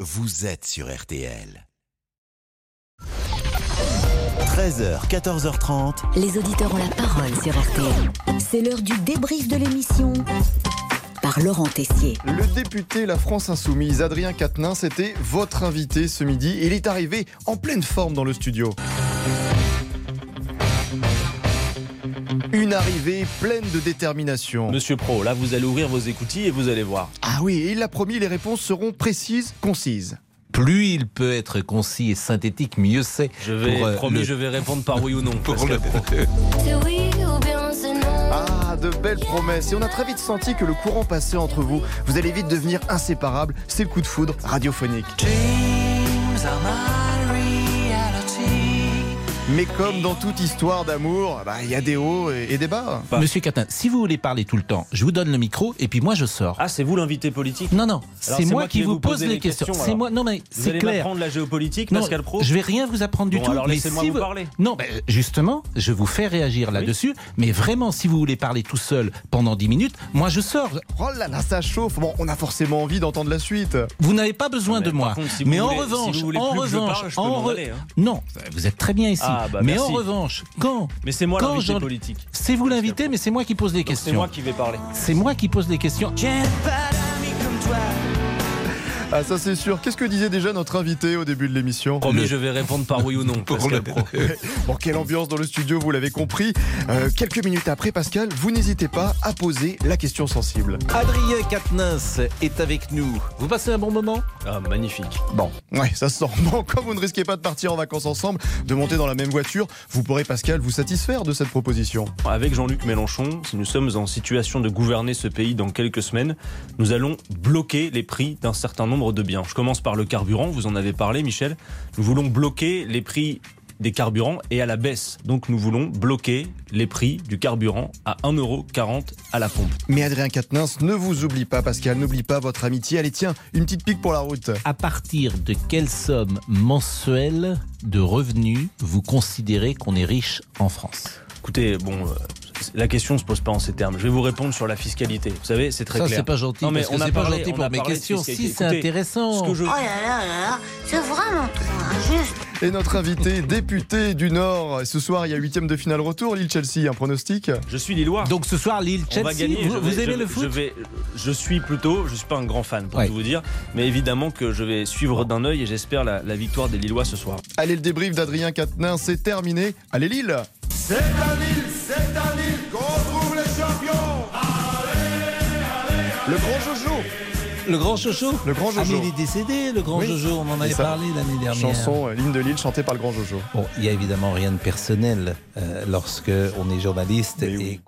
vous êtes sur RTL. 13h, 14h30. Les auditeurs ont la parole sur RTL. C'est l'heure du débrief de l'émission par Laurent Tessier. Le député La France Insoumise, Adrien Quatennin, c'était votre invité ce midi. Il est arrivé en pleine forme dans le studio. Une arrivée pleine de détermination. Monsieur Pro, là vous allez ouvrir vos écoutilles et vous allez voir. Ah oui, et il l'a promis, les réponses seront précises, concises. Plus il peut être concis et synthétique, mieux c'est. Je vais, pour, euh, promis, le- je vais répondre par oui ou non. pour parce que- le- C'est oui ou bien c'est non. Ah, de belles promesses. Et on a très vite senti que le courant passait entre vous. Vous allez vite devenir inséparables. C'est le coup de foudre radiophonique. Mais comme dans toute histoire d'amour, bah, il y a des hauts et, et des bas. Pas. Monsieur Catin, si vous voulez parler tout le temps, je vous donne le micro et puis moi je sors. Ah, c'est vous l'invité politique Non, non, Alors, c'est moi, qui vous, pose les questions. questions, c'est alors. moi, non mais Vous c'est allez clair. m'apprendre la géopolitique, Non, Pascal Pro je vais rien vous apprendre du Bon, tout. alors mais laissez-moi si vous parler. Non, ben, justement, je vous fais réagir là-dessus. Mais vraiment, si vous voulez parler tout seul pendant 10 minutes, moi je sors. Oh là là, ça chauffe. Bon, on a forcément envie d'entendre la suite. Vous n'avez pas besoin mais de par moi. contre, si vous mais en voulez- si revanche, vous voulez en plus que je revanche, parle, je peux en m'en aller, hein. non, vous êtes très bien ici. Ah, bah, mais merci. en revanche, quand Mais c'est moi Quand l'invité j'en- politique. c'est vous l'invité, mais c'est moi qui pose les C'est questions. moi qui vais parler. C'est moi qui pose les questions. Ah, ça c'est sûr. Qu'est-ce que disait déjà notre invité au début de l'émission Promis, je vais répondre par oui ou non. Pascal Pro. Bon, quelle ambiance dans le studio, vous l'avez compris. Euh, quelques minutes après, Pascal, vous n'hésitez pas à poser la question sensible. Adrien Quatennens est avec nous. Vous passez un bon moment Ah, magnifique. Bon, ouais, ça se sent. Bon, comme vous ne risquez pas de partir en vacances ensemble, de monter dans la même voiture, vous pourrez, Pascal, vous satisfaire de cette proposition. Avec Jean-Luc Mélenchon, si nous sommes en situation de gouverner ce pays dans quelques semaines, nous allons bloquer les prix d'un certain nombre de biens. Je commence par le carburant, vous en avez parlé Michel. Nous voulons bloquer les prix des carburants et à la baisse. Donc nous voulons bloquer les prix du carburant à 1,40€ à la pompe. Mais Adrien Quatennens ne vous oublie pas, Pascal, n'oublie pas votre amitié. Allez, tiens, une petite pique pour la route. À partir de quelle somme mensuelle de revenus vous considérez qu'on est riche en France Écoutez, bon, euh, la question se pose pas en ces termes. Je vais vous répondre sur la fiscalité. Vous savez, c'est très Ça, clair. c'est pas gentil, Non, mais parce que on a c'est pas parlé- gentil on pour a mes parlé de questions. Si, fiscalité. c'est Écoutez, intéressant. ce que je- Oh là là là là, c'est vraiment trop injuste. Et notre invité, député du Nord, ce soir, il y a huitième de finale retour, Lille-Chelsea, un pronostic Je suis Lillois. Donc ce soir, Lille, on Chelsea, va gagner. vous, Je vous vais- aimez je- le je, foot vais, je suis plutôt, je suis pas un grand fan pour Ouais. tout vous dire, mais évidemment que je vais suivre d'un œil et j'espère la, la victoire des Lillois ce soir. Allez, le débrief d'Adrien Quatennin, c'est terminé. Allez, Lille Le grand Jojo Le grand Chocho Le grand Ah, mais Jojo. il est décédé, le grand Oui. Jojo, on en avait ça. parlé l'année dernière. Chanson, euh, ligne de Lille, chantée par le grand Jojo. Bon, il n'y a évidemment rien de personnel euh, lorsque on est journaliste Mais et oui.